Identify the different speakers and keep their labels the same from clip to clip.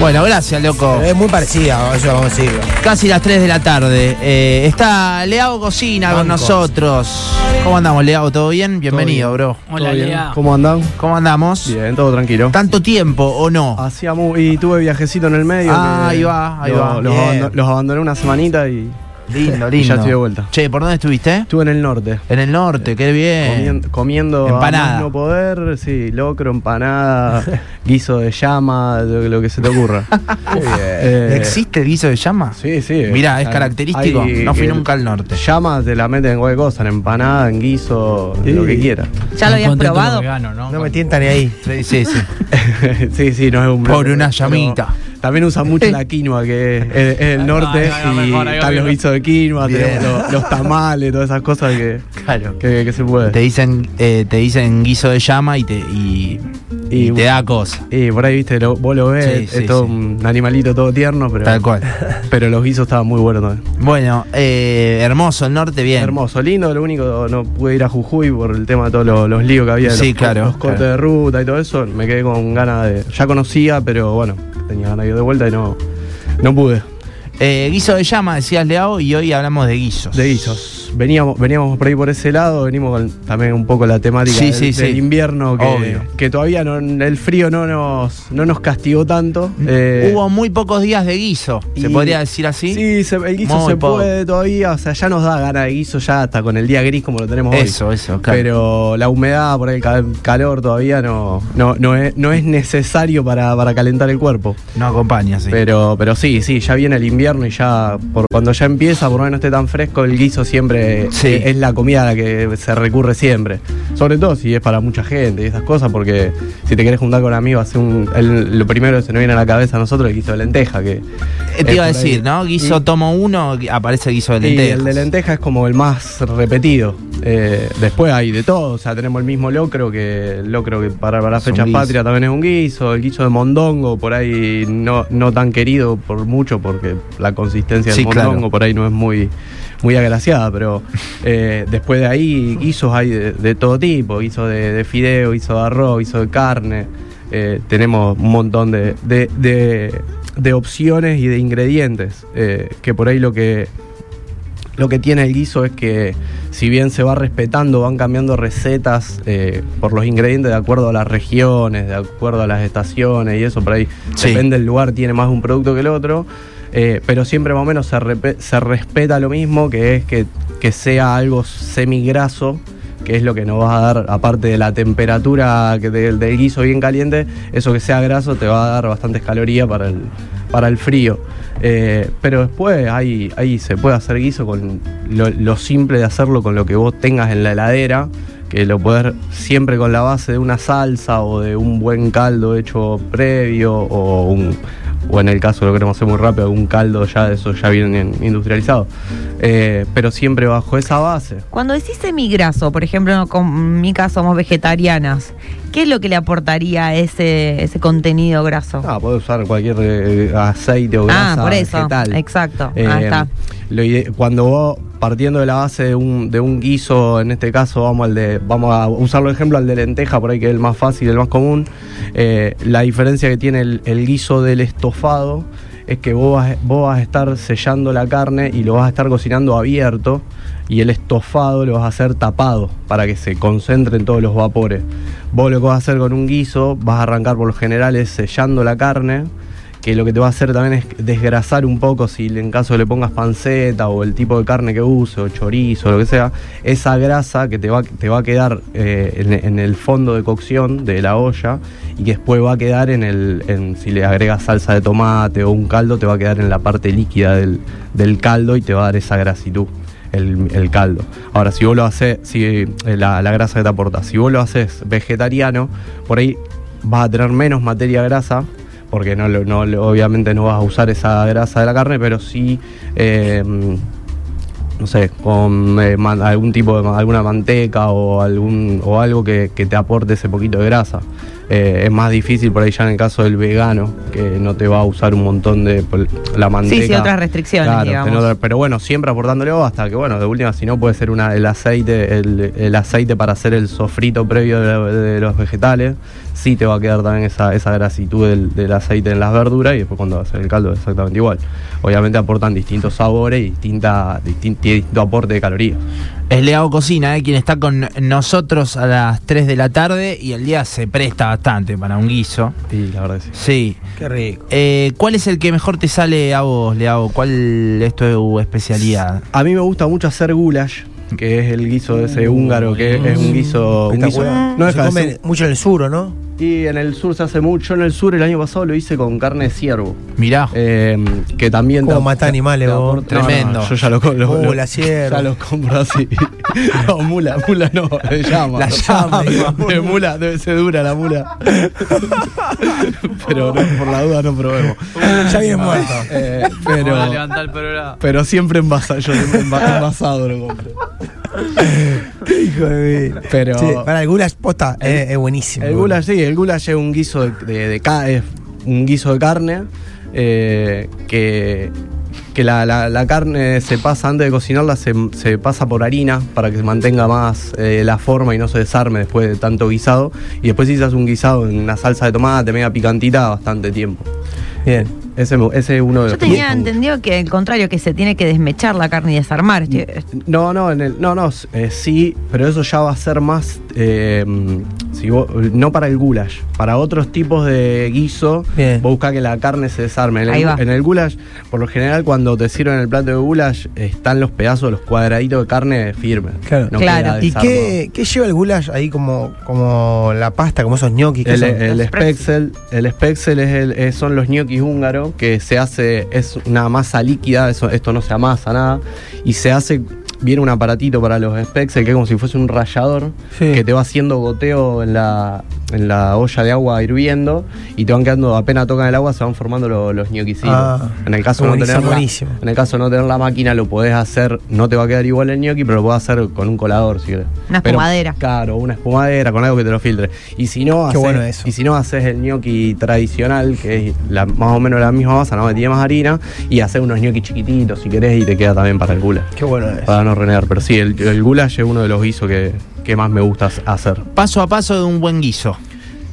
Speaker 1: Bueno, gracias, loco.
Speaker 2: Es muy parecida, eso vamos a decirlo.
Speaker 1: Casi las 3 de la tarde. Eh, está Leao Cocina con
Speaker 2: Bancos.
Speaker 1: nosotros. ¿Cómo andamos, Leao? ¿Todo bien? Bienvenido, bro.
Speaker 3: Hola, Lea.
Speaker 4: ¿Cómo andan?
Speaker 1: ¿Cómo andamos?
Speaker 4: Bien, todo tranquilo.
Speaker 1: ¿Tanto tiempo o
Speaker 2: Ah,
Speaker 1: no?
Speaker 4: Hacía mu- y tuve viajecito en el medio.
Speaker 1: Ah,
Speaker 4: que
Speaker 1: ahí va, ahí
Speaker 4: lo-
Speaker 1: va.
Speaker 4: Los,
Speaker 1: Bien.
Speaker 4: abando- los abandoné una semanita y
Speaker 1: Lindo,
Speaker 4: Y ya estoy de vuelta.
Speaker 1: Che, ¿por dónde estuviste?
Speaker 4: estuve en el norte.
Speaker 1: En el norte, qué bien.
Speaker 4: Comien- comiendo a
Speaker 1: Empanada.
Speaker 4: más no poder, sí, locro, empanada, guiso de llama, lo, lo que se te ocurra. Eh,
Speaker 1: ¿Existe guiso de llama?
Speaker 4: Sí, sí.
Speaker 1: Mirá, es
Speaker 4: Hay-
Speaker 1: característico.
Speaker 4: hay-
Speaker 1: No fui
Speaker 4: el-
Speaker 1: nunca al norte.
Speaker 4: Llamas te la meten en cualquier cosa, en empanada, en guiso, en lo que quieras.
Speaker 5: ¿Ya lo habías probado?
Speaker 2: No me tienta ni ahí.
Speaker 1: Sí, sí, sí.
Speaker 4: sí, sí, no es un
Speaker 1: Por
Speaker 4: bloque,
Speaker 1: una
Speaker 4: pero
Speaker 1: llamita.
Speaker 4: También usa mucho la quinoa, que es, es- es el norte.
Speaker 3: ahí va,
Speaker 4: y
Speaker 3: mejor, ahí va,
Speaker 4: están los
Speaker 3: mejor.
Speaker 4: guisos de quinoa,
Speaker 1: Bien.
Speaker 4: tenemos los, los tamales, todas esas cosas que,
Speaker 1: Claro.
Speaker 4: que, que se
Speaker 1: Te
Speaker 4: puede.
Speaker 1: dicen, eh, te dicen guiso de llama y te, y,
Speaker 4: Y-
Speaker 1: y te da cosa.
Speaker 4: Y por ahí, viste, lo- vos lo ves,
Speaker 1: Sí,
Speaker 4: es
Speaker 1: sí,
Speaker 4: todo
Speaker 1: sí.
Speaker 4: un animalito todo tierno, pero,
Speaker 1: Tal cual.
Speaker 4: pero los guisos estaban muy buenos también.
Speaker 1: Bueno, eh, hermoso el norte, bien.
Speaker 4: Hermoso, lindo, lo único, no pude ir a Jujuy por el tema de todos los, los líos que había, de
Speaker 1: Sí,
Speaker 4: los,
Speaker 1: claro,
Speaker 4: los cortes
Speaker 1: claro.
Speaker 4: de ruta y todo eso, me quedé con ganas de... Ya conocía, pero bueno, tenía ganas de ir de vuelta y no, no pude.
Speaker 1: Eh, guiso de llama, decías Leao, y hoy hablamos de guisos.
Speaker 4: De guisos. Veníamos, veníamos por ahí por ese lado, venimos con también un poco la temática
Speaker 1: Sí,
Speaker 4: del,
Speaker 1: sí,
Speaker 4: del
Speaker 1: sí.
Speaker 4: invierno, que,
Speaker 1: Obvio.
Speaker 4: que todavía no, el frío no nos, no nos castigó tanto. eh,
Speaker 1: Mm. Hubo muy pocos días de guiso, se
Speaker 4: y-
Speaker 1: podría decir así.
Speaker 4: Sí, se- el guiso
Speaker 1: Muy
Speaker 4: se
Speaker 1: poco.
Speaker 4: puede todavía, o sea, ya nos da ganas de guiso ya hasta con el día gris como lo tenemos hoy.
Speaker 1: Eso, eso, claro.
Speaker 4: Pero la humedad, por ahí el ca- calor todavía no, no, no, es, no es necesario para, para calentar el cuerpo.
Speaker 1: no acompaña, sí.
Speaker 4: Pero, pero sí, sí, ya viene el invierno y ya por, cuando ya empieza, por lo menos esté tan fresco, el guiso siempre eh,
Speaker 1: Sí.
Speaker 4: es, es la comida a la que se recurre siempre. Sobre todo si es para mucha gente y esas cosas, porque si te querés juntar con amigos, hace un, el- lo primero que se nos viene a la cabeza a nosotros es el guiso de lenteja. Que
Speaker 1: Eh, te
Speaker 4: es
Speaker 1: iba a
Speaker 4: por ahí.
Speaker 1: decir, ¿no? Guiso
Speaker 4: Y-
Speaker 1: tomo uno, gui- aparece guiso de
Speaker 4: y
Speaker 1: lentejas.
Speaker 4: el de lenteja es como el más repetido. Eh, después hay de todo, o sea, tenemos el mismo locro que el locro que para, para
Speaker 1: Es un
Speaker 4: fechas
Speaker 1: guiso.
Speaker 4: patrias también es un guiso, el guiso de mondongo por ahí no, no tan querido por mucho porque la consistencia
Speaker 1: Sí,
Speaker 4: del mondongo
Speaker 1: claro.
Speaker 4: por ahí no es muy muy agraciada, pero eh, después de ahí guisos hay de, de todo tipo, guiso de, de fideo, guiso de arroz, guiso de carne, eh, tenemos un montón de, de- de- de opciones y de ingredientes, eh, que por ahí lo que lo que tiene el guiso es que si bien se va respetando, van cambiando recetas eh, por los ingredientes de acuerdo a las regiones, de acuerdo a las estaciones y eso, por ahí
Speaker 1: Sí.
Speaker 4: depende del lugar, tiene más un producto que el otro, eh, pero siempre más o menos se, repe- se respeta lo mismo, que es que, que sea algo semigraso, que es lo que nos va a dar, aparte de la temperatura que del, del guiso bien caliente, eso que sea graso te va a dar bastantes calorías para el, para el frío. Eh, pero después ahí, ahí se puede hacer guiso con lo, lo simple de hacerlo con lo que vos tengas en la heladera, que lo podés siempre con la base de una salsa o de un buen caldo hecho previo o un... O en el caso lo queremos hacer muy rápido, un caldo ya de eso ya vienen industrializado. Eh, pero siempre bajo esa base.
Speaker 5: Cuando decís semigraso, por ejemplo, con Mica somos vegetarianas, ¿qué es lo que le aportaría a ese, ese contenido graso?
Speaker 4: Ah, puede usar cualquier eh, aceite o
Speaker 5: Ah,
Speaker 4: grasa
Speaker 5: por eso.
Speaker 4: vegetal.
Speaker 5: Exacto.
Speaker 4: Eh,
Speaker 5: Ah, está.
Speaker 4: lo ide- cuando vos, partiendo de la base de un, de un guiso, en este caso vamos al de, vamos a usarlo de ejemplo al de lenteja, por ahí que es el más fácil, el más común. eh, la diferencia que tiene el, el guiso del estofado es que vos vas, vos vas a estar sellando la carne y lo vas a estar cocinando abierto y el estofado lo vas a hacer tapado para que se concentren todos los vapores. Vos lo que vas a hacer con un guiso, vas a arrancar por lo general es sellando la carne, que lo que te va a hacer también es desgrasar un poco si le- en caso le pongas panceta o el tipo de carne que use o chorizo lo que sea, esa grasa que te va, te va a quedar eh, en, en el fondo de cocción de la olla y que después va a quedar en el, en- si le agregas salsa de tomate o un caldo, te va a quedar en la parte líquida del, del caldo y te va a dar esa grasitud. El, el caldo. Ahora, si vos lo haces, si eh, la, la grasa que te aporta, si vos lo haces vegetariano, por ahí vas a tener menos materia grasa, porque no, lo- no lo- obviamente no vas a usar esa grasa de la carne, pero sí, eh, no sé, con eh, man- algún tipo de ma- alguna manteca o algún o algo que, que te aporte ese poquito de grasa. Eh, es más difícil por ahí ya en el caso del vegano, que no te va a usar un montón de pol- la manteca.
Speaker 5: otras restricciones,
Speaker 4: Claro,
Speaker 5: digamos.
Speaker 4: tenés otra- pero bueno, siempre aportándolo hasta que, bueno, de última, si no puede ser una, el aceite, el, el aceite para hacer el sofrito previo de, de los vegetales, sí te va a quedar también esa, esa grasitud del, del aceite en las verduras y después cuando vas a hacer el caldo es exactamente igual. Obviamente aportan distintos sabores y distinta, distin- tiene distinto aporte de calorías.
Speaker 1: Es Leao Cocina, eh, quien está con nosotros a las 3 de la tarde y el día se presta bastante para un guiso.
Speaker 4: Y la verdad que sí.
Speaker 1: Sí.
Speaker 2: Qué rico.
Speaker 1: Eh, ¿Cuál es el que mejor te sale a vos, Leao? ¿Cuál es tu especialidad?
Speaker 4: A mí me gusta mucho hacer goulash, que es el guiso de ese húngaro, que es un guiso... un guiso-
Speaker 2: Mm. Espectacular.
Speaker 4: no
Speaker 2: se
Speaker 4: deja de
Speaker 2: come
Speaker 4: ser-
Speaker 2: mucho en el sur, ¿o ¿no?
Speaker 4: Y en el sur se hace mucho. En el sur el año pasado lo hice con carne de ciervo.
Speaker 1: Mirá.
Speaker 4: eh, que también...
Speaker 2: Como
Speaker 4: te-
Speaker 2: matar animales,
Speaker 4: te
Speaker 2: vos.
Speaker 4: aporta- no, no,
Speaker 1: Tremendo.
Speaker 4: no, yo ya lo compro.
Speaker 2: Oh, la ciervo.
Speaker 4: Ya lo compro así. no, mula, mula no, le llama.
Speaker 1: La llama,
Speaker 4: De mula, debe ser dura la mula. Pero no, por la duda no probemos.
Speaker 2: ya viene muerto.
Speaker 4: Eh, pero...
Speaker 3: el programa.
Speaker 4: Pero siempre envasado, yo siempre enva- envasado lo compro.
Speaker 2: Hijo de mí.
Speaker 4: Pero-
Speaker 2: Sí, para el goulash posta eh, es, buenísimo.
Speaker 4: El goulash, sí, el goulash es un guiso de, de- de ca- es un guiso de carne eh, que, que la, la- la carne se pasa antes de cocinarla, se, se pasa por harina para que se mantenga más eh, la forma y no se desarme después de tanto guisado. Y después sí se hace un guisado en una salsa de tomate media picantita bastante tiempo.
Speaker 2: Bien.
Speaker 4: Ese, me- ese es uno de
Speaker 5: Yo
Speaker 4: los
Speaker 5: tenía
Speaker 4: que me gusta mucho.
Speaker 5: entendido que al contrario, que se tiene que desmechar la carne y desarmar. Estoy-
Speaker 4: Mm.
Speaker 5: eh,
Speaker 4: No, no, en el, no, no, s- eh, sí, pero eso ya va a ser más, eh, si vos- no para el goulash, para otros tipos de guiso,
Speaker 2: Bien.
Speaker 4: vos buscás que la carne se desarme. En
Speaker 5: Ahí
Speaker 4: el,
Speaker 5: va.
Speaker 4: en el goulash, por lo general, cuando te sirven el plato de goulash, están los pedazos, los cuadraditos de carne firmes.
Speaker 2: Claro.
Speaker 5: Claro.
Speaker 4: queda
Speaker 2: ¿Y
Speaker 4: desarmado.
Speaker 2: qué, qué lleva el goulash ahí como, como la pasta, como esos ñoquis? que
Speaker 4: El, eh,
Speaker 2: son?
Speaker 4: el
Speaker 5: Los
Speaker 4: Spexel, el Spexel es el- es- son los ñoquis húngaros que se hace, es una masa líquida, eso- esto no se amasa nada, y se hace, viene un aparatito para los Spexel que es como si fuese un rallador
Speaker 2: Sí.
Speaker 4: que te va haciendo goteo en la, en la olla de agua hirviendo y te van quedando, apenas tocan el agua, se van formando lo- los ñoquisitos.
Speaker 2: Ah,
Speaker 4: en, el caso de no
Speaker 2: buenísimo,
Speaker 4: tener la-
Speaker 2: buenísimo.
Speaker 4: en el caso de no tener la máquina, lo podés hacer, no te va a quedar igual el ñoqui, pero lo podés hacer con un colador si querés.
Speaker 5: Una
Speaker 4: Pero-
Speaker 5: espumadera.
Speaker 4: Claro, una espumadera con algo que te lo filtre. Y si no,
Speaker 2: Qué
Speaker 4: haces,
Speaker 2: bueno eso.
Speaker 4: Y si no haces el gnocchi tradicional, que es la- más o menos la misma masa, no tiene más harina, y haces unos gnocchi chiquititos si querés y te queda también para el goulash.
Speaker 2: Qué bueno es.
Speaker 4: Para no renegar, pero sí, el, el goulash es uno de los guisos que, que más me gusta hacer.
Speaker 1: Paso a paso de un buen guiso.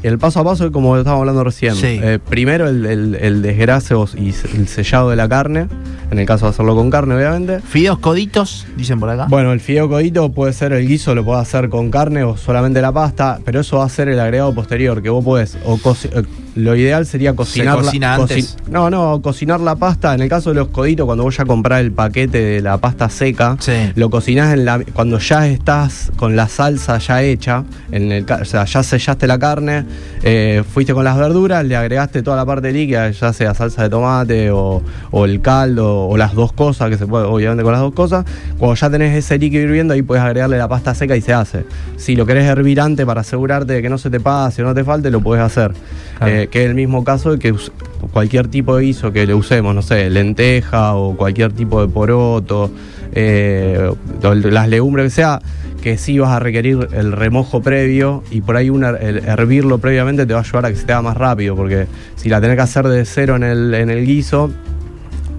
Speaker 4: El paso a paso, como estábamos hablando recién,
Speaker 1: Sí.
Speaker 4: eh, primero el, el, el desgrase o- y se- el sellado de la carne, en el caso de hacerlo con carne, obviamente.
Speaker 1: Fideos coditos, dicen por acá.
Speaker 4: Bueno, el fideo codito puede ser el guiso, lo podés hacer con carne o solamente la pasta, pero eso va a ser el agregado posterior, que vos podés, o coci- eh, lo ideal sería cocinar
Speaker 1: cocina
Speaker 4: la,
Speaker 1: antes?
Speaker 4: No, no, o cocinar la pasta, en el caso de los coditos, cuando vos ya comprás el paquete de la pasta seca,
Speaker 1: Sí.
Speaker 4: lo cocinás en la, cuando ya estás con la salsa ya hecha, en el, ca- o sea, ya sellaste la carne, eh, fuiste con las verduras, le agregaste toda la parte líquida, ya sea salsa de tomate o, o el caldo o las dos cosas, que se puede obviamente con las dos cosas. Cuando ya tenés ese líquido hirviendo, ahí puedes agregarle la pasta seca y se hace. Si lo querés hervir antes para asegurarte de que no se te pase o no te falte, lo podés hacer. Eh, que es el mismo caso de que us- cualquier tipo de guiso que le usemos, no sé, lenteja o cualquier tipo de poroto, eh, o el- las legumbres que sea, que sí vas a requerir el remojo previo y por ahí una, el hervirlo previamente te va a ayudar a que se te haga más rápido, porque si la tenés que hacer de cero en el, en el guiso,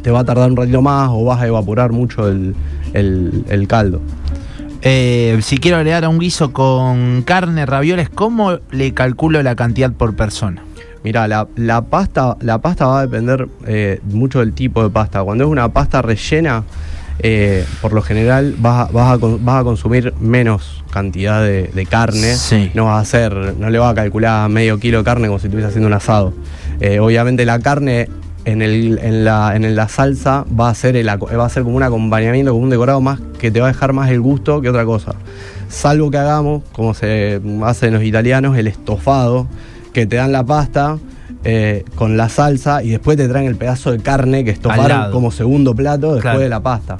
Speaker 4: te va a tardar un ratito más o vas a evaporar mucho el, el- el caldo.
Speaker 1: Eh, si quiero agregar a un guiso con carne, ravioles, ¿cómo le calculo la cantidad por persona?
Speaker 4: Mira, la, la pasta, la pasta va a depender eh, mucho del tipo de pasta. Cuando es una pasta rellena, eh, por lo general vas a, vas a con- vas a consumir menos cantidad de, de carne.
Speaker 1: Sí.
Speaker 4: No vas a hacer, no le vas a calcular medio kilo de carne como si estuviese haciendo un asado. Eh, obviamente la carne en, el- en la, en la salsa va a ser el aco- va a ser como un acompañamiento, como un decorado más que te va a dejar más el gusto que otra cosa. Salvo que hagamos, como se hacen los italianos, el estofado, que te dan la pasta eh, con la salsa y después te traen el pedazo de carne que estofaron
Speaker 1: lado.
Speaker 4: como segundo plato después
Speaker 1: Claro.
Speaker 4: de la pasta.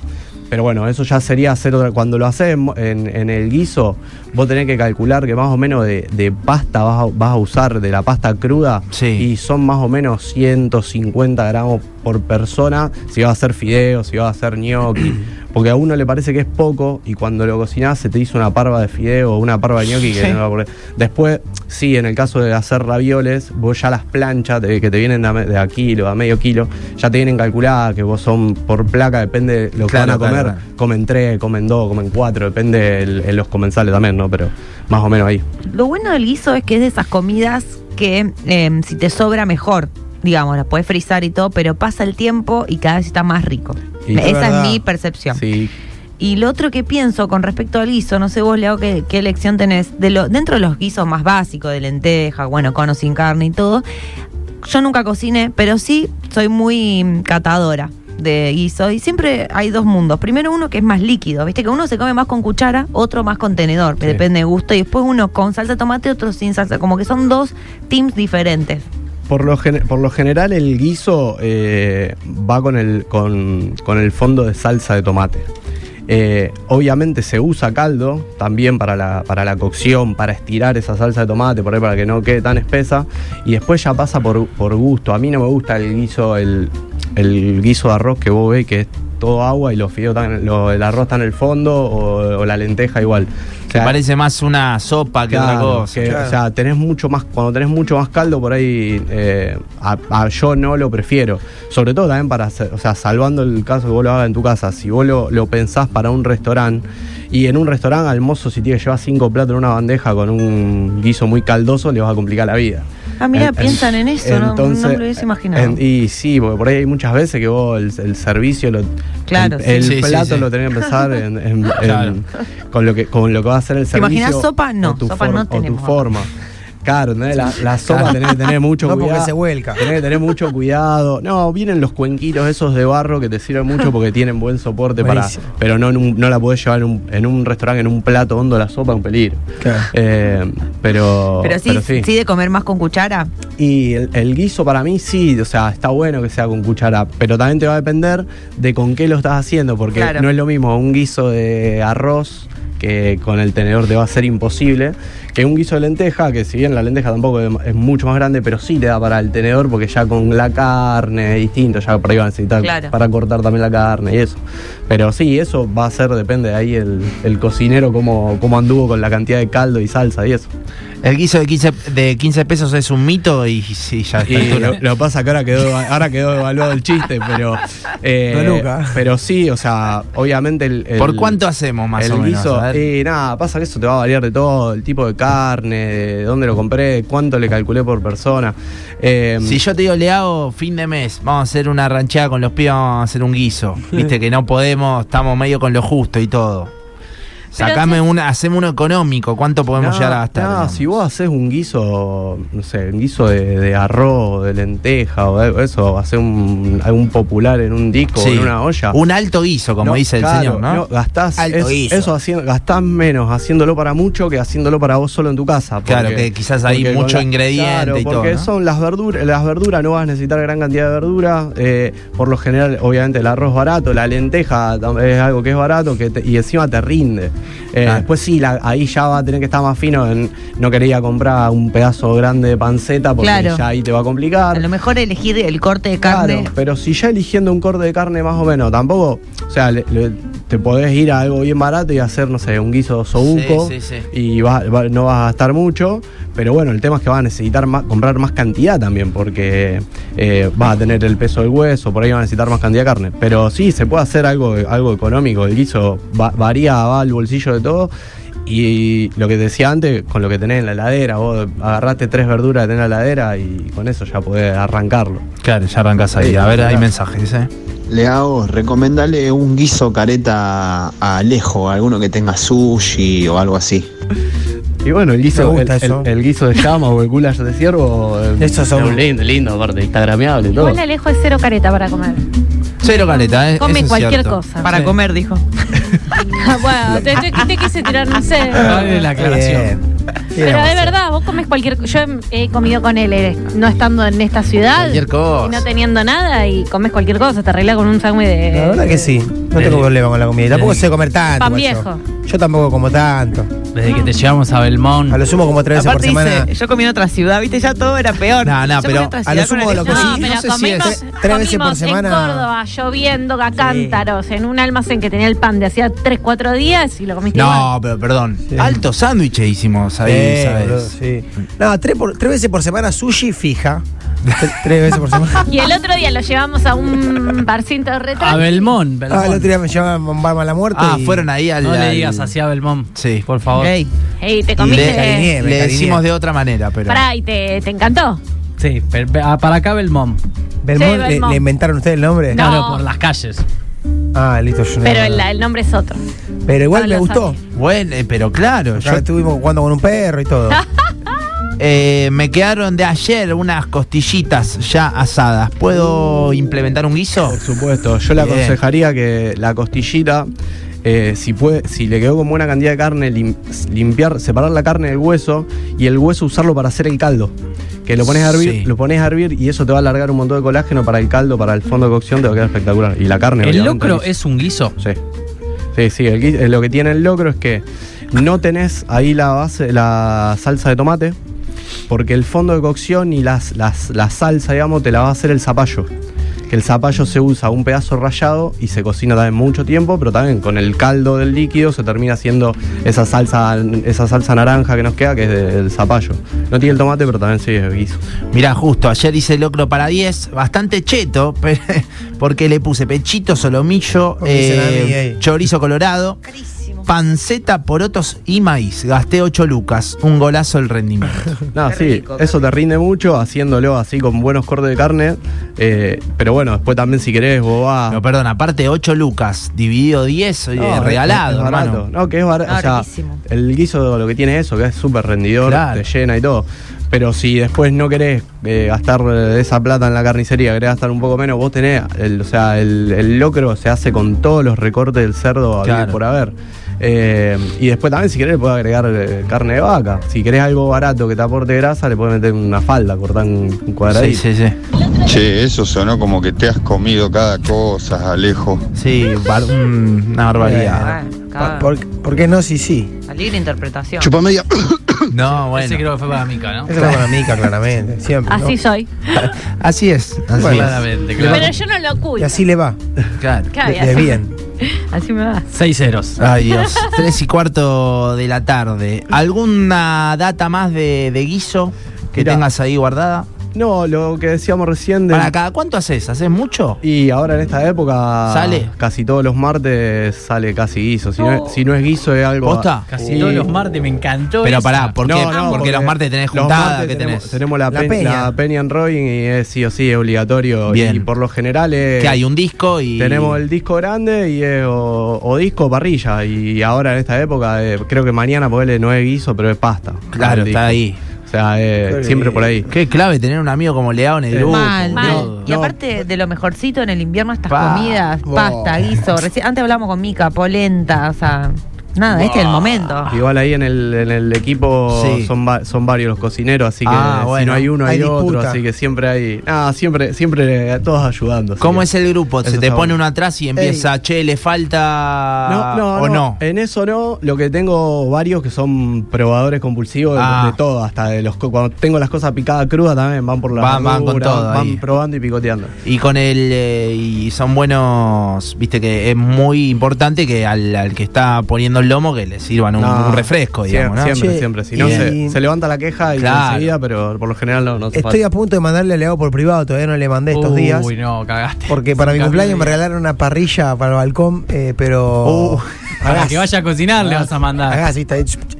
Speaker 4: Pero bueno, eso ya sería hacer otra. Cuando lo haces en, en- en el guiso, vos tenés que calcular que más o menos de, de pasta vas a, vas a usar, de la pasta cruda,
Speaker 1: Sí.
Speaker 4: y son más o menos 150 gramos por persona. Si vas a hacer fideos, si vas a hacer gnocchi Porque a uno le parece que es poco y cuando lo cocinás se te hizo una parva de fideo o una parva de ñoqui que
Speaker 1: Sí.
Speaker 4: no la podés- Después, sí, en el caso de hacer ravioles, vos ya las planchas de- que te vienen de a, me- de a kilo, a medio kilo, ya te vienen calculadas que vos son por placa, depende de lo
Speaker 1: Claro,
Speaker 4: que van a
Speaker 1: claro,
Speaker 4: comer.
Speaker 1: claro.
Speaker 4: Comen tres, comen dos, comen cuatro, depende el- el- los comensales también, ¿no? Pero más o menos ahí.
Speaker 5: Lo bueno del guiso es que es de esas comidas que eh, si te sobra mejor, digamos, las puedes frizar y todo, pero pasa el tiempo y cada vez está más rico.
Speaker 4: Y-
Speaker 5: Esa
Speaker 4: Es
Speaker 2: verdad.
Speaker 5: es mi percepción.
Speaker 4: Sí,
Speaker 5: Y lo otro que pienso con respecto al guiso, no sé vos, Leo, qué, qué elección tenés. De lo, dentro de los guisos más básicos, de lenteja, bueno, cono sin carne y todo, yo nunca cociné, pero sí soy muy mm, catadora de guiso. Y siempre hay dos mundos. Primero uno que es más líquido, viste que uno se come más con cuchara, otro más con tenedor, que
Speaker 4: Sí.
Speaker 5: depende de gusto. Y después uno con salsa de tomate, otro sin salsa. Como que son dos teams diferentes.
Speaker 4: Por lo, gen- por lo general el guiso eh, va con el, con, con el fondo de salsa de tomate. Eh, obviamente se usa caldo también para la, para la cocción, para estirar esa salsa de tomate, por ahí para que no quede tan espesa. Y después ya pasa por, por gusto. A mí no me gusta el guiso, el, el guiso de arroz que vos ves que es todo agua y los fideos están- lo- el arroz está en el fondo o, o la lenteja igual. O
Speaker 1: Que
Speaker 4: sea,
Speaker 1: parece más una sopa que otra
Speaker 4: Claro,
Speaker 1: cosa.
Speaker 4: que,
Speaker 2: claro.
Speaker 4: O sea, tenés mucho más, cuando tenés mucho más caldo por ahí, eh, a- a- yo no lo prefiero. Sobre todo también para, hacer- o sea, salvando el caso que vos lo hagas en tu casa, si vos lo, lo pensás para un restaurante, y en un restaurante al mozo si tiene que llevar cinco platos en una bandeja con un guiso muy caldoso, le vas a complicar la vida.
Speaker 5: Ah, mira,
Speaker 4: En-
Speaker 5: piensan en eso, no- no, me
Speaker 4: entonces,
Speaker 5: lo hubiese imaginado.
Speaker 4: en- y sí, porque por ahí hay muchas veces que vos el, el servicio, lo,
Speaker 5: Claro,
Speaker 4: el,
Speaker 5: sí.
Speaker 4: el
Speaker 1: Sí, sí,
Speaker 4: plato
Speaker 1: sí.
Speaker 4: lo tenés que empezar en- en- en-
Speaker 1: Claro.
Speaker 4: con, lo que, con lo que va a hacer el
Speaker 5: ¿Te
Speaker 4: servicio.
Speaker 5: imaginás sopa? No,
Speaker 4: o tu
Speaker 5: sopa
Speaker 4: form-
Speaker 5: no
Speaker 4: o
Speaker 5: tenemos.
Speaker 4: tu forma. Claro, ¿entendés? la, la sopa
Speaker 2: Claro.
Speaker 4: tenés que tener mucho
Speaker 2: No porque
Speaker 4: cuidado.
Speaker 2: se vuelca.
Speaker 4: Tenés que tener mucho cuidado. No, vienen los cuenquitos esos de barro que te sirven mucho porque tienen buen soporte para.
Speaker 2: Buenísimo.
Speaker 4: Pero no, en un- no la podés llevar en un, en un restaurante, en un plato hondo la sopa, un peligro.
Speaker 2: Claro.
Speaker 4: Eh, Oh, pero,
Speaker 5: pero, sí, sí, de comer más con cuchara.
Speaker 4: y el, el guiso para mí sí, o sea, está bueno que sea con cuchara, pero también te va a depender de con qué lo estás haciendo, porque
Speaker 5: Claro.
Speaker 4: no es lo mismo un guiso de arroz que con el tenedor te va a ser imposible, que un guiso de lenteja, que si bien la lenteja tampoco es, es mucho más grande, pero sí te da para el tenedor, porque ya con la carne es distinto, ya para ahí va a necesitar
Speaker 5: Claro.
Speaker 4: para cortar también la carne y eso. Pero sí, eso va a ser, depende de ahí el, el cocinero, cómo, cómo anduvo con la cantidad de caldo y salsa y eso.
Speaker 1: El guiso de 15, de 15 pesos es un mito y sí, ya está.
Speaker 4: Y lo, lo que pasa que ahora quedó, ahora quedó evaluado el chiste, pero. eh,
Speaker 2: No, nunca.
Speaker 4: Pero sí, o sea, obviamente el. el-
Speaker 1: ¿Por cuánto hacemos más
Speaker 4: el
Speaker 1: o menos?
Speaker 4: guiso,
Speaker 1: A ver.
Speaker 4: eh, nada, pasa que eso te va a variar de todo, el tipo de carne, de dónde lo compré, cuánto le calculé por persona. Eh,
Speaker 1: si yo te digo, le hago fin de mes, vamos a hacer una ranchada con los pibes, vamos a hacer un guiso. Viste que no podemos, estamos medio con lo justo y todo. Sacame un, hacemos uno económico, ¿cuánto podemos
Speaker 4: no,
Speaker 1: llegar a gastar?
Speaker 4: no,
Speaker 1: digamos?
Speaker 4: si vos haces un guiso, no sé, un guiso de, de arroz, de lenteja o de- eso, haces un, algún popular en un disco
Speaker 1: Sí.
Speaker 4: o en una olla.
Speaker 1: Un alto guiso, como
Speaker 4: No,
Speaker 1: dice el
Speaker 4: claro,
Speaker 1: señor, ¿no?
Speaker 4: gastás,
Speaker 1: Alto
Speaker 4: es-
Speaker 1: guiso.
Speaker 4: Eso haciendo, gastás menos haciéndolo para mucho que haciéndolo para vos solo en tu casa.
Speaker 1: Claro, que quizás hay
Speaker 4: porque con
Speaker 1: mucho ingrediente
Speaker 4: claro,
Speaker 1: y todo,
Speaker 4: Porque
Speaker 1: ¿no?
Speaker 4: son las verduras, las verduras no vas a necesitar gran cantidad de verduras. eh, por lo general, obviamente, el arroz barato, la lenteja tam- es algo que es barato que te- y encima te rinde. Eh,
Speaker 1: Claro.
Speaker 4: Después sí, la- ahí ya va a tener que estar más fino. en- no quería comprar un pedazo grande de panceta porque
Speaker 5: Claro.
Speaker 4: ya ahí te va a complicar.
Speaker 5: A lo mejor elegir el corte de carne.
Speaker 4: Claro, pero si ya eligiendo un corte de carne más o menos, tampoco, o sea, le- le- te podés ir a algo bien barato y hacer, no sé, un guiso sobuco
Speaker 1: Sí, sí, sí.
Speaker 4: y va- va- no vas a gastar mucho, pero bueno, el tema es que vas a necesitar más, comprar más cantidad también, porque eh, vas a tener el peso del hueso, por ahí vas a necesitar más cantidad de carne. Pero sí, se puede hacer algo, algo económico, el guiso va- varía, va al bolsillo de todo. Y lo que te decía antes, con lo que tenés en la heladera, vos agarraste tres verduras que tenés en la heladera y con eso ya podés arrancarlo.
Speaker 1: Claro, ya arrancas ahí.
Speaker 4: Sí,
Speaker 1: A ver, hay
Speaker 4: claro.
Speaker 1: mensajes, ¿eh?
Speaker 3: Leao, recomendale un guiso careta a Alejo, alguno que tenga sushi o algo así.
Speaker 4: Y bueno, el guiso,
Speaker 2: Me gusta
Speaker 4: el,
Speaker 2: eso.
Speaker 4: el- el guiso de llama o el goulash de ciervo. eh,
Speaker 2: Eso son-
Speaker 4: es lindo, lindo, aparte, instagrameable y todo.
Speaker 6: Igual Alejo es cero careta para comer.
Speaker 1: Cero caleta, ¿eh?
Speaker 6: Come
Speaker 1: Eso es
Speaker 6: cualquier
Speaker 1: cierto.
Speaker 6: cosa. Ah,
Speaker 5: Para
Speaker 1: Sí.
Speaker 5: comer, dijo.
Speaker 6: bueno, te, te- te quise tirar, no sé.
Speaker 7: Vale la aclaración.
Speaker 2: Bien.
Speaker 6: Pero
Speaker 2: Éramos.
Speaker 6: es verdad, vos comes cualquier co- Yo em- he comido con él eh, no estando en esta ciudad
Speaker 1: Cualquier
Speaker 6: y no
Speaker 1: cosa.
Speaker 6: teniendo nada y comes cualquier cosa, te arreglas con un sándwich de.
Speaker 2: La verdad que sí. No tengo problema con la comida. Y Tampoco sé comer tanto.
Speaker 6: Pan
Speaker 2: igual
Speaker 6: viejo.
Speaker 2: Yo. Yo tampoco como tanto.
Speaker 4: Mm.
Speaker 7: Desde que te llevamos a Belmont.
Speaker 2: A lo sumo como tres veces por
Speaker 5: Aparte
Speaker 2: semana.
Speaker 5: dice, yo comí en otra ciudad, viste, ya todo era peor.
Speaker 1: No, no,
Speaker 5: Yo comí en
Speaker 1: pero
Speaker 5: otra
Speaker 1: a
Speaker 2: lo
Speaker 5: ciudad con
Speaker 2: sumo
Speaker 5: el
Speaker 2: lo que
Speaker 6: No,
Speaker 5: estómago.
Speaker 2: sí,
Speaker 6: pero
Speaker 2: no sé si
Speaker 6: comimos,
Speaker 2: es- tres veces por
Speaker 6: comimos
Speaker 2: semana.
Speaker 6: en Córdoba, lloviendo, a cántaros, en un almacén que tenía el pan de hacía 3, 4 días y lo comiste igual.
Speaker 1: No, pero perdón.
Speaker 2: Sí.
Speaker 1: Alto sándwich hicimos ahí,
Speaker 2: Sí,
Speaker 1: ¿sabes?
Speaker 2: boludo, sí. No, tres, por- tres veces por semana sushi fija. Tre- tres veces por semana.
Speaker 6: Y el otro día lo llevamos a un barcito de
Speaker 7: A
Speaker 6: retrato.
Speaker 7: Belmont.
Speaker 2: Ah, el
Speaker 7: Belmont.
Speaker 2: otro día me llevaban a un barman a la muerte.
Speaker 1: Ah,
Speaker 2: y-
Speaker 1: fueron ahí al.
Speaker 7: No le
Speaker 1: al-
Speaker 7: digas así a Belmont.
Speaker 1: Sí.
Speaker 7: Por favor.
Speaker 5: Ey,
Speaker 6: Ey, te
Speaker 1: Le,
Speaker 6: comiste.
Speaker 2: Cariñé, me
Speaker 1: le
Speaker 2: cariñé.
Speaker 1: decimos de otra manera, pero.
Speaker 6: Pará, ¿y te, te encantó?
Speaker 7: Sí, per- pe- ah, para acá Belmont.
Speaker 2: Belmont,
Speaker 6: Sí,
Speaker 2: le-
Speaker 6: Belmont.
Speaker 2: Le, inventaron ustedes el nombre?
Speaker 6: No.
Speaker 7: Claro, por las calles.
Speaker 2: Ah, listo, yo no-
Speaker 6: Pero el, el nombre es otro.
Speaker 2: Pero igual
Speaker 6: no
Speaker 2: me
Speaker 6: lo
Speaker 2: gustó.
Speaker 6: sabía.
Speaker 1: Bueno, eh, pero claro,
Speaker 2: Ya
Speaker 1: yo,
Speaker 2: estuvimos jugando con un perro y todo.
Speaker 6: Ah.
Speaker 1: eh, me quedaron de ayer unas costillitas ya asadas. ¿Puedo implementar un guiso?
Speaker 4: Por supuesto, yo le
Speaker 1: Bien.
Speaker 4: aconsejaría que la costillita, eh, si, puede, si le quedó con buena cantidad de carne, lim- limpiar, separar la carne del hueso y el hueso usarlo para hacer el caldo. Que lo pones a hervir,
Speaker 1: Sí.
Speaker 4: lo pones a hervir y eso te va a alargar un montón de colágeno para el caldo, para el fondo de cocción, te va a quedar espectacular. Y la carne,
Speaker 7: El
Speaker 4: obviamente,
Speaker 7: locro
Speaker 4: liso.
Speaker 7: es un guiso.
Speaker 4: Sí. Sí, sí, el gui- eh, lo que tiene el locro es que no tenés ahí la base, la salsa de tomate, porque el fondo de cocción y las, las, la salsa, digamos, te la va a hacer el zapallo. Que el zapallo se usa un pedazo rallado y se cocina también mucho tiempo, pero también con el caldo del líquido se termina haciendo esa salsa, esa salsa naranja que nos queda, que es de- del zapallo. No tiene el tomate, pero también sí es guiso.
Speaker 1: Mirá, justo, ayer hice locro para 10, bastante cheto, pe- porque le puse pechito, solomillo,
Speaker 2: Porque dicen a mí,
Speaker 1: eh,
Speaker 2: ey.
Speaker 1: chorizo colorado,
Speaker 5: Ah, carísimo.
Speaker 1: panceta, porotos y maíz. Gasté 8 lucas, un golazo el rendimiento.
Speaker 4: No,
Speaker 5: Qué
Speaker 4: sí,
Speaker 5: rico, qué
Speaker 4: eso te rinde mucho haciéndolo así con buenos cortes de carne. eh, pero bueno, después también si querés, vos vas.
Speaker 1: No, perdón, aparte 8 lucas, dividido 10, eh,
Speaker 4: No, es-
Speaker 1: regalado,
Speaker 4: es barato.
Speaker 1: hermano.
Speaker 4: No, que es barato.
Speaker 5: Ah,
Speaker 4: o sea,
Speaker 5: riquísimo.
Speaker 4: el guiso lo que tiene eso, que es súper rendidor,
Speaker 1: Claro.
Speaker 4: te llena y todo. Pero si después no querés eh, gastar eh, esa plata en la carnicería, querés gastar un poco menos, vos tenés, el- o sea, el, el locro se hace con todos los recortes del cerdo habido y
Speaker 1: Claro.
Speaker 4: por haber. Eh, y después también si querés le podés agregar eh, carne de vaca. Si querés algo barato que te aporte grasa, le podés meter una falda, cortar un un
Speaker 1: Sí,
Speaker 4: cuadradito.
Speaker 1: sí, sí.
Speaker 8: Che, eso sonó como que te has comido cada cosa, Alejo.
Speaker 1: Sí, bar- mm, una barbaridad.
Speaker 5: Ah,
Speaker 2: ¿Por, por qué no? Sí, sí.
Speaker 5: a libre interpretación.
Speaker 8: media.
Speaker 1: No,
Speaker 7: Ese
Speaker 1: bueno.
Speaker 7: creo que fue para Mica, ¿no?
Speaker 2: Eso es para Mica, claramente. Siempre. ¿no?
Speaker 6: Así soy.
Speaker 1: Así es, así
Speaker 2: Bueno,
Speaker 1: es.
Speaker 7: Claramente, claro.
Speaker 6: Pero yo no lo
Speaker 2: Y
Speaker 6: cuido.
Speaker 2: así le va.
Speaker 1: Claro.
Speaker 6: Claro, y
Speaker 2: Le- le
Speaker 6: así-
Speaker 2: bien.
Speaker 6: así me vas.
Speaker 7: Seis ceros.
Speaker 1: Ay Dios, tres y cuarto de la tarde. ¿Alguna data más de, de guiso que
Speaker 4: Mirá.
Speaker 1: tengas ahí guardada?
Speaker 4: No, lo que decíamos recién de...
Speaker 1: ¿Para cada cuánto haces? ¿Haces mucho?
Speaker 4: Y ahora en esta época
Speaker 1: ¿Sale?
Speaker 4: casi todos los martes sale casi guiso. Si, no,
Speaker 6: No.
Speaker 4: es, si no es guiso es algo.
Speaker 1: ¿Posta?
Speaker 7: Casi
Speaker 4: Sí.
Speaker 7: todos los martes me encantó.
Speaker 1: Uh. Pero
Speaker 7: esa.
Speaker 1: pará, ¿por qué?
Speaker 4: No, no,
Speaker 1: porque, los martes tenés
Speaker 4: los
Speaker 1: juntada,
Speaker 4: martes
Speaker 1: ¿qué
Speaker 4: tenemos,
Speaker 1: tenés?
Speaker 4: Tenemos la,
Speaker 2: La
Speaker 4: pe-
Speaker 2: peña.
Speaker 4: la peña en Rowing y es sí o sí es obligatorio.
Speaker 1: Bien.
Speaker 4: Y por lo general es.
Speaker 1: que hay un disco y...
Speaker 4: Tenemos el disco grande y es o, o disco o parrilla. Y ahora en esta época, eh, creo que mañana ponele no es guiso, pero es pasta.
Speaker 1: Claro,
Speaker 4: El disco.
Speaker 1: está ahí.
Speaker 4: O sea, eh,
Speaker 2: Qué
Speaker 4: siempre
Speaker 2: bien.
Speaker 4: por ahí.
Speaker 1: Qué clave tener un amigo como Leao en el
Speaker 4: Eh,
Speaker 1: grupo.
Speaker 5: Mal,
Speaker 1: boludo.
Speaker 5: mal. y
Speaker 4: no.
Speaker 5: aparte de lo mejorcito en el invierno, estas
Speaker 1: Pa.
Speaker 5: comidas,
Speaker 2: Wow.
Speaker 5: pasta, guiso. Reci- antes hablamos con Mica, polenta, o sea, nada, este es el momento.
Speaker 4: Ah. Igual ahí en el, en el equipo
Speaker 1: Sí.
Speaker 4: son, va- son varios los cocineros, así que
Speaker 1: Ah,
Speaker 4: si
Speaker 1: bueno.
Speaker 4: no hay uno hay,
Speaker 2: Hay
Speaker 4: otro,
Speaker 2: disputa.
Speaker 4: así que siempre hay, nada, siempre siempre eh, todos ayudando. así
Speaker 1: ¿Cómo
Speaker 4: que-
Speaker 1: es el grupo?
Speaker 4: Eso
Speaker 1: ¿Se te
Speaker 4: está
Speaker 1: pone
Speaker 4: bueno.
Speaker 1: uno atrás y empieza, che, le falta
Speaker 4: No, no,
Speaker 1: o no?
Speaker 4: Ah, no, En eso no, lo que tengo varios que son probadores compulsivos de-
Speaker 1: Ah.
Speaker 4: de, todo, hasta de los co- cuando tengo las cosas picadas crudas también van por la
Speaker 1: Van- van con
Speaker 4: verdura,
Speaker 1: todo
Speaker 4: van
Speaker 1: ahí.
Speaker 4: probando y picoteando.
Speaker 1: Y con el. eh, y son buenos. Viste que es muy importante que al, al que está poniendo el lomo que le sirvan un,
Speaker 4: No,
Speaker 1: un refresco,
Speaker 4: sie-
Speaker 1: digamos, ¿no?
Speaker 4: Siempre,
Speaker 2: Che,
Speaker 4: siempre. Si no,
Speaker 1: y-
Speaker 4: se, se levanta la queja y
Speaker 1: Claro.
Speaker 4: enseguida, pero por lo general no, no se
Speaker 2: Estoy a punto de mandarle a Leao por privado, todavía no le mandé estos días.
Speaker 7: Uy, no, cagaste.
Speaker 2: Porque para mi
Speaker 7: Nunca
Speaker 2: cumpleaños me
Speaker 7: vi.
Speaker 2: regalaron una parrilla para el balcón, eh, pero.
Speaker 1: Uh,
Speaker 7: Para
Speaker 2: Hagas.
Speaker 7: que vaya a cocinar le vas a mandar.
Speaker 2: Hagas, ¿viste? Ahí, chup, chup.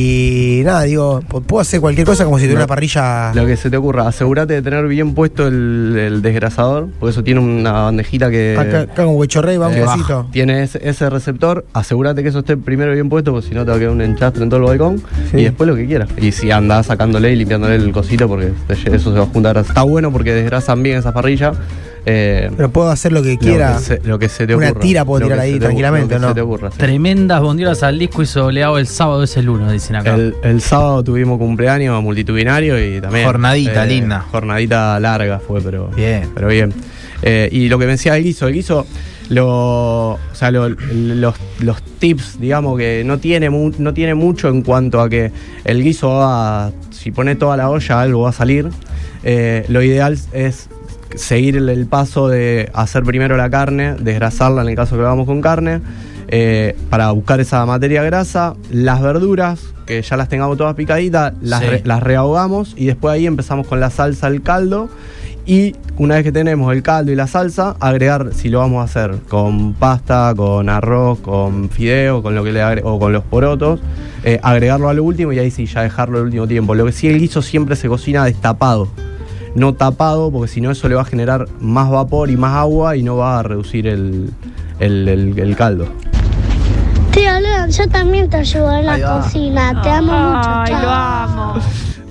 Speaker 2: Y nada, digo, po- puedo hacer cualquier cosa como si tuviera
Speaker 4: No.
Speaker 2: una parrilla.
Speaker 4: Lo que se te ocurra, asegúrate de tener bien puesto el, el desgrasador, porque eso tiene una bandejita que
Speaker 2: Acá, acá como Huechorrey va un
Speaker 4: eh,
Speaker 2: pedacito.
Speaker 4: tiene ese, ese receptor. Asegúrate que eso esté primero bien puesto, porque si no te va a quedar un enchastre en todo el balcón.
Speaker 2: Sí.
Speaker 4: Y después lo que quieras. Y si andás sacándole y limpiándole el cosito, porque te lle- eso se va a juntar. Está bueno porque desgrasan bien esas parrillas. Eh,
Speaker 2: Pero puedo hacer lo que
Speaker 4: lo, que
Speaker 2: quiera.
Speaker 4: se, lo que se te
Speaker 2: Una
Speaker 4: ocurra.
Speaker 2: tira puedo
Speaker 4: Lo que
Speaker 2: tirar
Speaker 4: se
Speaker 2: ahí
Speaker 4: te ocurra,
Speaker 2: tranquilamente,
Speaker 4: lo que
Speaker 2: ¿o no?
Speaker 4: Se te ocurra, sí.
Speaker 7: Tremendas bondiolas al disco y soleado el sábado es el 1, dicen acá.
Speaker 4: El, el sábado tuvimos cumpleaños multitudinario y también. eh,
Speaker 1: Jornadita linda.
Speaker 4: Jornadita larga fue, pero.
Speaker 1: Bien.
Speaker 4: Pero bien. Eh, y lo que me decía el guiso, el guiso, lo, o sea, lo- los, los tips, digamos, que no tiene, mu- no tiene mucho en cuanto a que el guiso va. a- Si pone toda la olla, algo va a salir. Eh, lo ideal es seguir el, el paso de hacer primero la carne, desgrasarla en el caso que lo hagamos con carne, eh, para buscar esa materia grasa, las verduras, que ya las tengamos todas picaditas, las,
Speaker 1: Sí.
Speaker 4: re- las rehogamos y después ahí empezamos con la salsa, el caldo. Y una vez que tenemos el caldo y la salsa, agregar si lo vamos a hacer con pasta, con arroz, con fideo, con lo que le agre- o con los porotos, eh, agregarlo a lo último y ahí sí ya dejarlo al último tiempo. Lo que sí el guiso siempre se cocina destapado no tapado, porque si no eso le va a generar más vapor y más agua y no va a reducir el, el- el- el caldo.
Speaker 9: Tía Lea, yo también te ayudo en
Speaker 1: Ahí va.
Speaker 9: la cocina. Te amo mucho.
Speaker 6: Ay,
Speaker 9: chao.
Speaker 6: lo amo.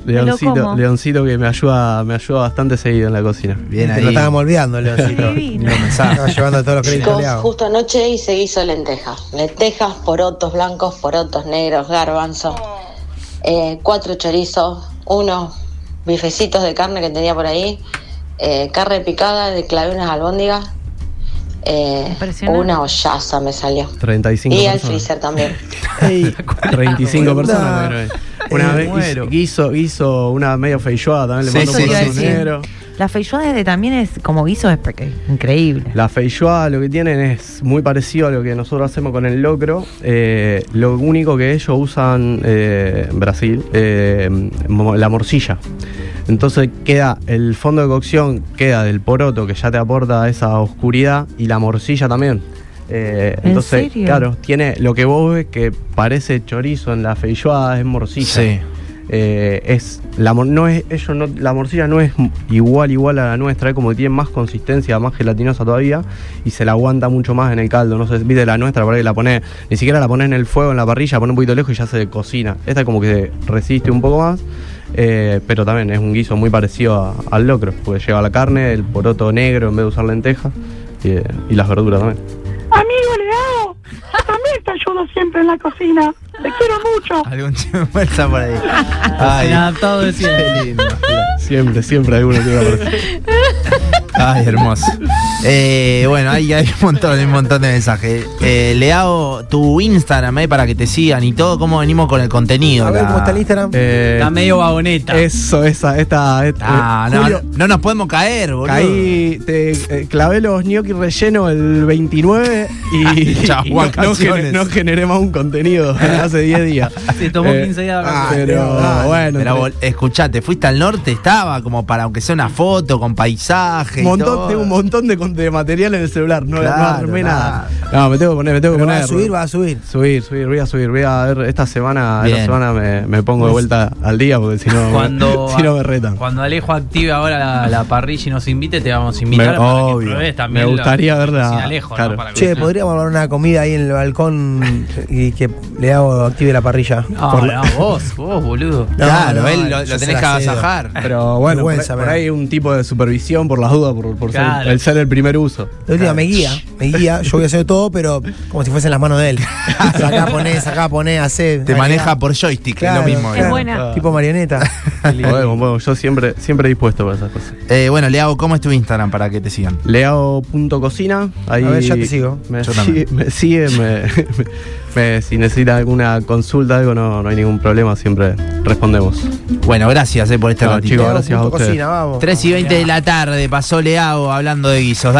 Speaker 5: lo
Speaker 4: Leoncito,
Speaker 5: como.
Speaker 4: Leoncito que me ayuda, me ayuda bastante seguido en la cocina.
Speaker 1: Bien
Speaker 2: Te
Speaker 1: ahí.
Speaker 2: lo estábamos olvidando, Leoncito.
Speaker 6: Divino.
Speaker 2: Estaba llevando todos los créditos
Speaker 10: Chicos,
Speaker 2: le hago.
Speaker 10: justo anoche hice guiso de lentejas. Lentejas, porotos blancos, porotos negros, garbanzos,
Speaker 6: Oh.
Speaker 10: eh, cuatro chorizos, unos bifecitos de carne que tenía por ahí, eh, carne picada, le clavé unas albóndigas, eh,
Speaker 6: Impresionante.
Speaker 10: una ollaza me salió.
Speaker 4: 35
Speaker 10: Y al
Speaker 4: personas.
Speaker 10: freezer también.
Speaker 2: Ey,
Speaker 4: 35
Speaker 2: Anda.
Speaker 4: personas. bueno, eh. Una
Speaker 1: Eh,
Speaker 4: vez
Speaker 1: muero.
Speaker 4: hizo- hizo, hizo una medio feijoada, también
Speaker 1: Sí,
Speaker 4: le mandó
Speaker 1: sí,
Speaker 4: un
Speaker 1: sí,
Speaker 4: poroto
Speaker 1: sí.
Speaker 4: negro.
Speaker 5: La feijoada de- también es como guiso, es peque- increíble.
Speaker 4: La feijoada lo que tienen es muy parecido a lo que nosotros hacemos con el locro. eh, lo único que ellos usan eh, en Brasil, eh, mo- la morcilla. Entonces queda el fondo de cocción, queda del poroto que ya te aporta esa oscuridad y la morcilla también. Eh,
Speaker 5: ¿En
Speaker 4: entonces,
Speaker 5: serio?
Speaker 4: claro, tiene lo que vos ves que parece chorizo en la feijoada es morcilla.
Speaker 1: Sí.
Speaker 4: Eh, es la mor- no es ellos no- la morcilla no es m- igual igual a la nuestra es como que tiene más consistencia más gelatinosa todavía y se la aguanta mucho más en el caldo no sé viste la nuestra por ahí la pone ni siquiera la pones en el fuego en la parrilla pone un poquito lejos y ya se cocina esta como que resiste un poco más eh, pero también es un guiso muy parecido a- al locro porque lleva la carne el poroto negro en vez de usar lenteja y, eh, y las verduras también
Speaker 9: Amigo Leao, también te ayudo siempre en la cocina. Te quiero mucho.
Speaker 1: Algún chico fuerza por ahí.
Speaker 7: Ay,
Speaker 1: Ay,
Speaker 7: adaptado de siempre.
Speaker 1: qué lindo.
Speaker 4: siempre siempre alguno tiene una morcilla.
Speaker 1: Ay, hermoso. Eh, bueno, hay, hay un montón, hay un montón de mensajes. Eh, le hago tu Instagram eh, para que te sigan y todo, cómo venimos con el contenido.
Speaker 2: A ver
Speaker 1: la-
Speaker 2: cómo está el Instagram.
Speaker 4: Eh,
Speaker 7: Está medio vagoneta.
Speaker 4: eso esa esta, esta
Speaker 1: Ah,
Speaker 4: eh,
Speaker 1: no,
Speaker 4: Julio,
Speaker 1: no nos podemos caer, boludo.
Speaker 4: Caí, te eh, clavé los gnocchi relleno el 29 y,
Speaker 1: Chao,
Speaker 4: y no, no,
Speaker 1: vacaciones.
Speaker 4: gener- no generé más un contenido hace 10 días.
Speaker 7: Se tomó
Speaker 4: Eh,
Speaker 7: 15 días de
Speaker 4: ah,
Speaker 7: vacaciones.
Speaker 4: pero
Speaker 2: dale.
Speaker 4: bueno,
Speaker 1: Pero
Speaker 4: tenés-
Speaker 1: vol- escuchate, fuiste al norte, estaba como para aunque sea una foto con paisaje. y
Speaker 4: montón,
Speaker 1: todo.
Speaker 4: tengo un montón de, con- de material en el celular, no,
Speaker 1: Claro,
Speaker 4: no armé nada. No, me tengo que poner, me tengo que
Speaker 2: Pero va
Speaker 4: poner.
Speaker 2: a subir, va a subir.
Speaker 4: Subir, subir, voy a subir, voy a ver esta semana, esta
Speaker 1: Bien.
Speaker 4: semana me, me pongo de vuelta al día porque si no,
Speaker 7: Cuando,
Speaker 4: si no me retan.
Speaker 7: cuando Alejo active ahora la, la parrilla y nos invite, te vamos a invitar para
Speaker 4: Me-
Speaker 7: que
Speaker 4: obvio.
Speaker 7: probés también.
Speaker 4: Me
Speaker 7: la-
Speaker 4: gustaría verla,
Speaker 7: Sin Alejo,
Speaker 4: claro.
Speaker 7: ¿no? Para que-
Speaker 2: Che, podríamos hablar una comida ahí en el balcón y que le hago active la parrilla.
Speaker 7: No,
Speaker 2: Por-
Speaker 7: no, vos, vos, boludo.
Speaker 1: Claro,
Speaker 2: No, no,
Speaker 1: él lo,
Speaker 2: yo
Speaker 1: lo
Speaker 2: se
Speaker 1: tenés
Speaker 2: la
Speaker 1: que
Speaker 2: cedo.
Speaker 1: agasajar.
Speaker 4: Pero bueno, por,
Speaker 2: Vergüenza,
Speaker 4: por
Speaker 2: me da.
Speaker 4: ahí un tipo de supervisión por las dudas, por, por ser-
Speaker 7: Claro.
Speaker 4: el ser el primer uso.
Speaker 2: De última me guía, me guía, yo voy a hacer todo, pero como si fuesen las manos de él. Sacá, poné, sacá, poné, hacé.
Speaker 1: Te
Speaker 2: Ahí
Speaker 1: maneja
Speaker 2: está.
Speaker 1: por joystick,
Speaker 2: Claro,
Speaker 1: es lo mismo.
Speaker 6: Es
Speaker 1: ¿eh?
Speaker 2: claro.
Speaker 6: buena.
Speaker 2: Tipo marioneta.
Speaker 4: Podemos, podemos. yo siempre, siempre dispuesto para esas cosas.
Speaker 1: Eh, bueno, Leao, ¿cómo es tu Instagram para que te sigan?
Speaker 4: Leao.cocina. Ahí
Speaker 2: A ver, ya te sigo.
Speaker 4: Me
Speaker 1: Yo
Speaker 4: sigue, me, sigue, me- me- si necesita alguna consulta, algo, no, no hay ningún problema, siempre respondemos.
Speaker 1: Bueno, gracias eh, por este
Speaker 4: Chao,
Speaker 1: ratito.
Speaker 4: chicos, gracias a
Speaker 2: Punto
Speaker 4: ustedes.
Speaker 2: Cocina, vamos.
Speaker 1: 3 y 20 de la tarde pasó Leao hablando de guisos.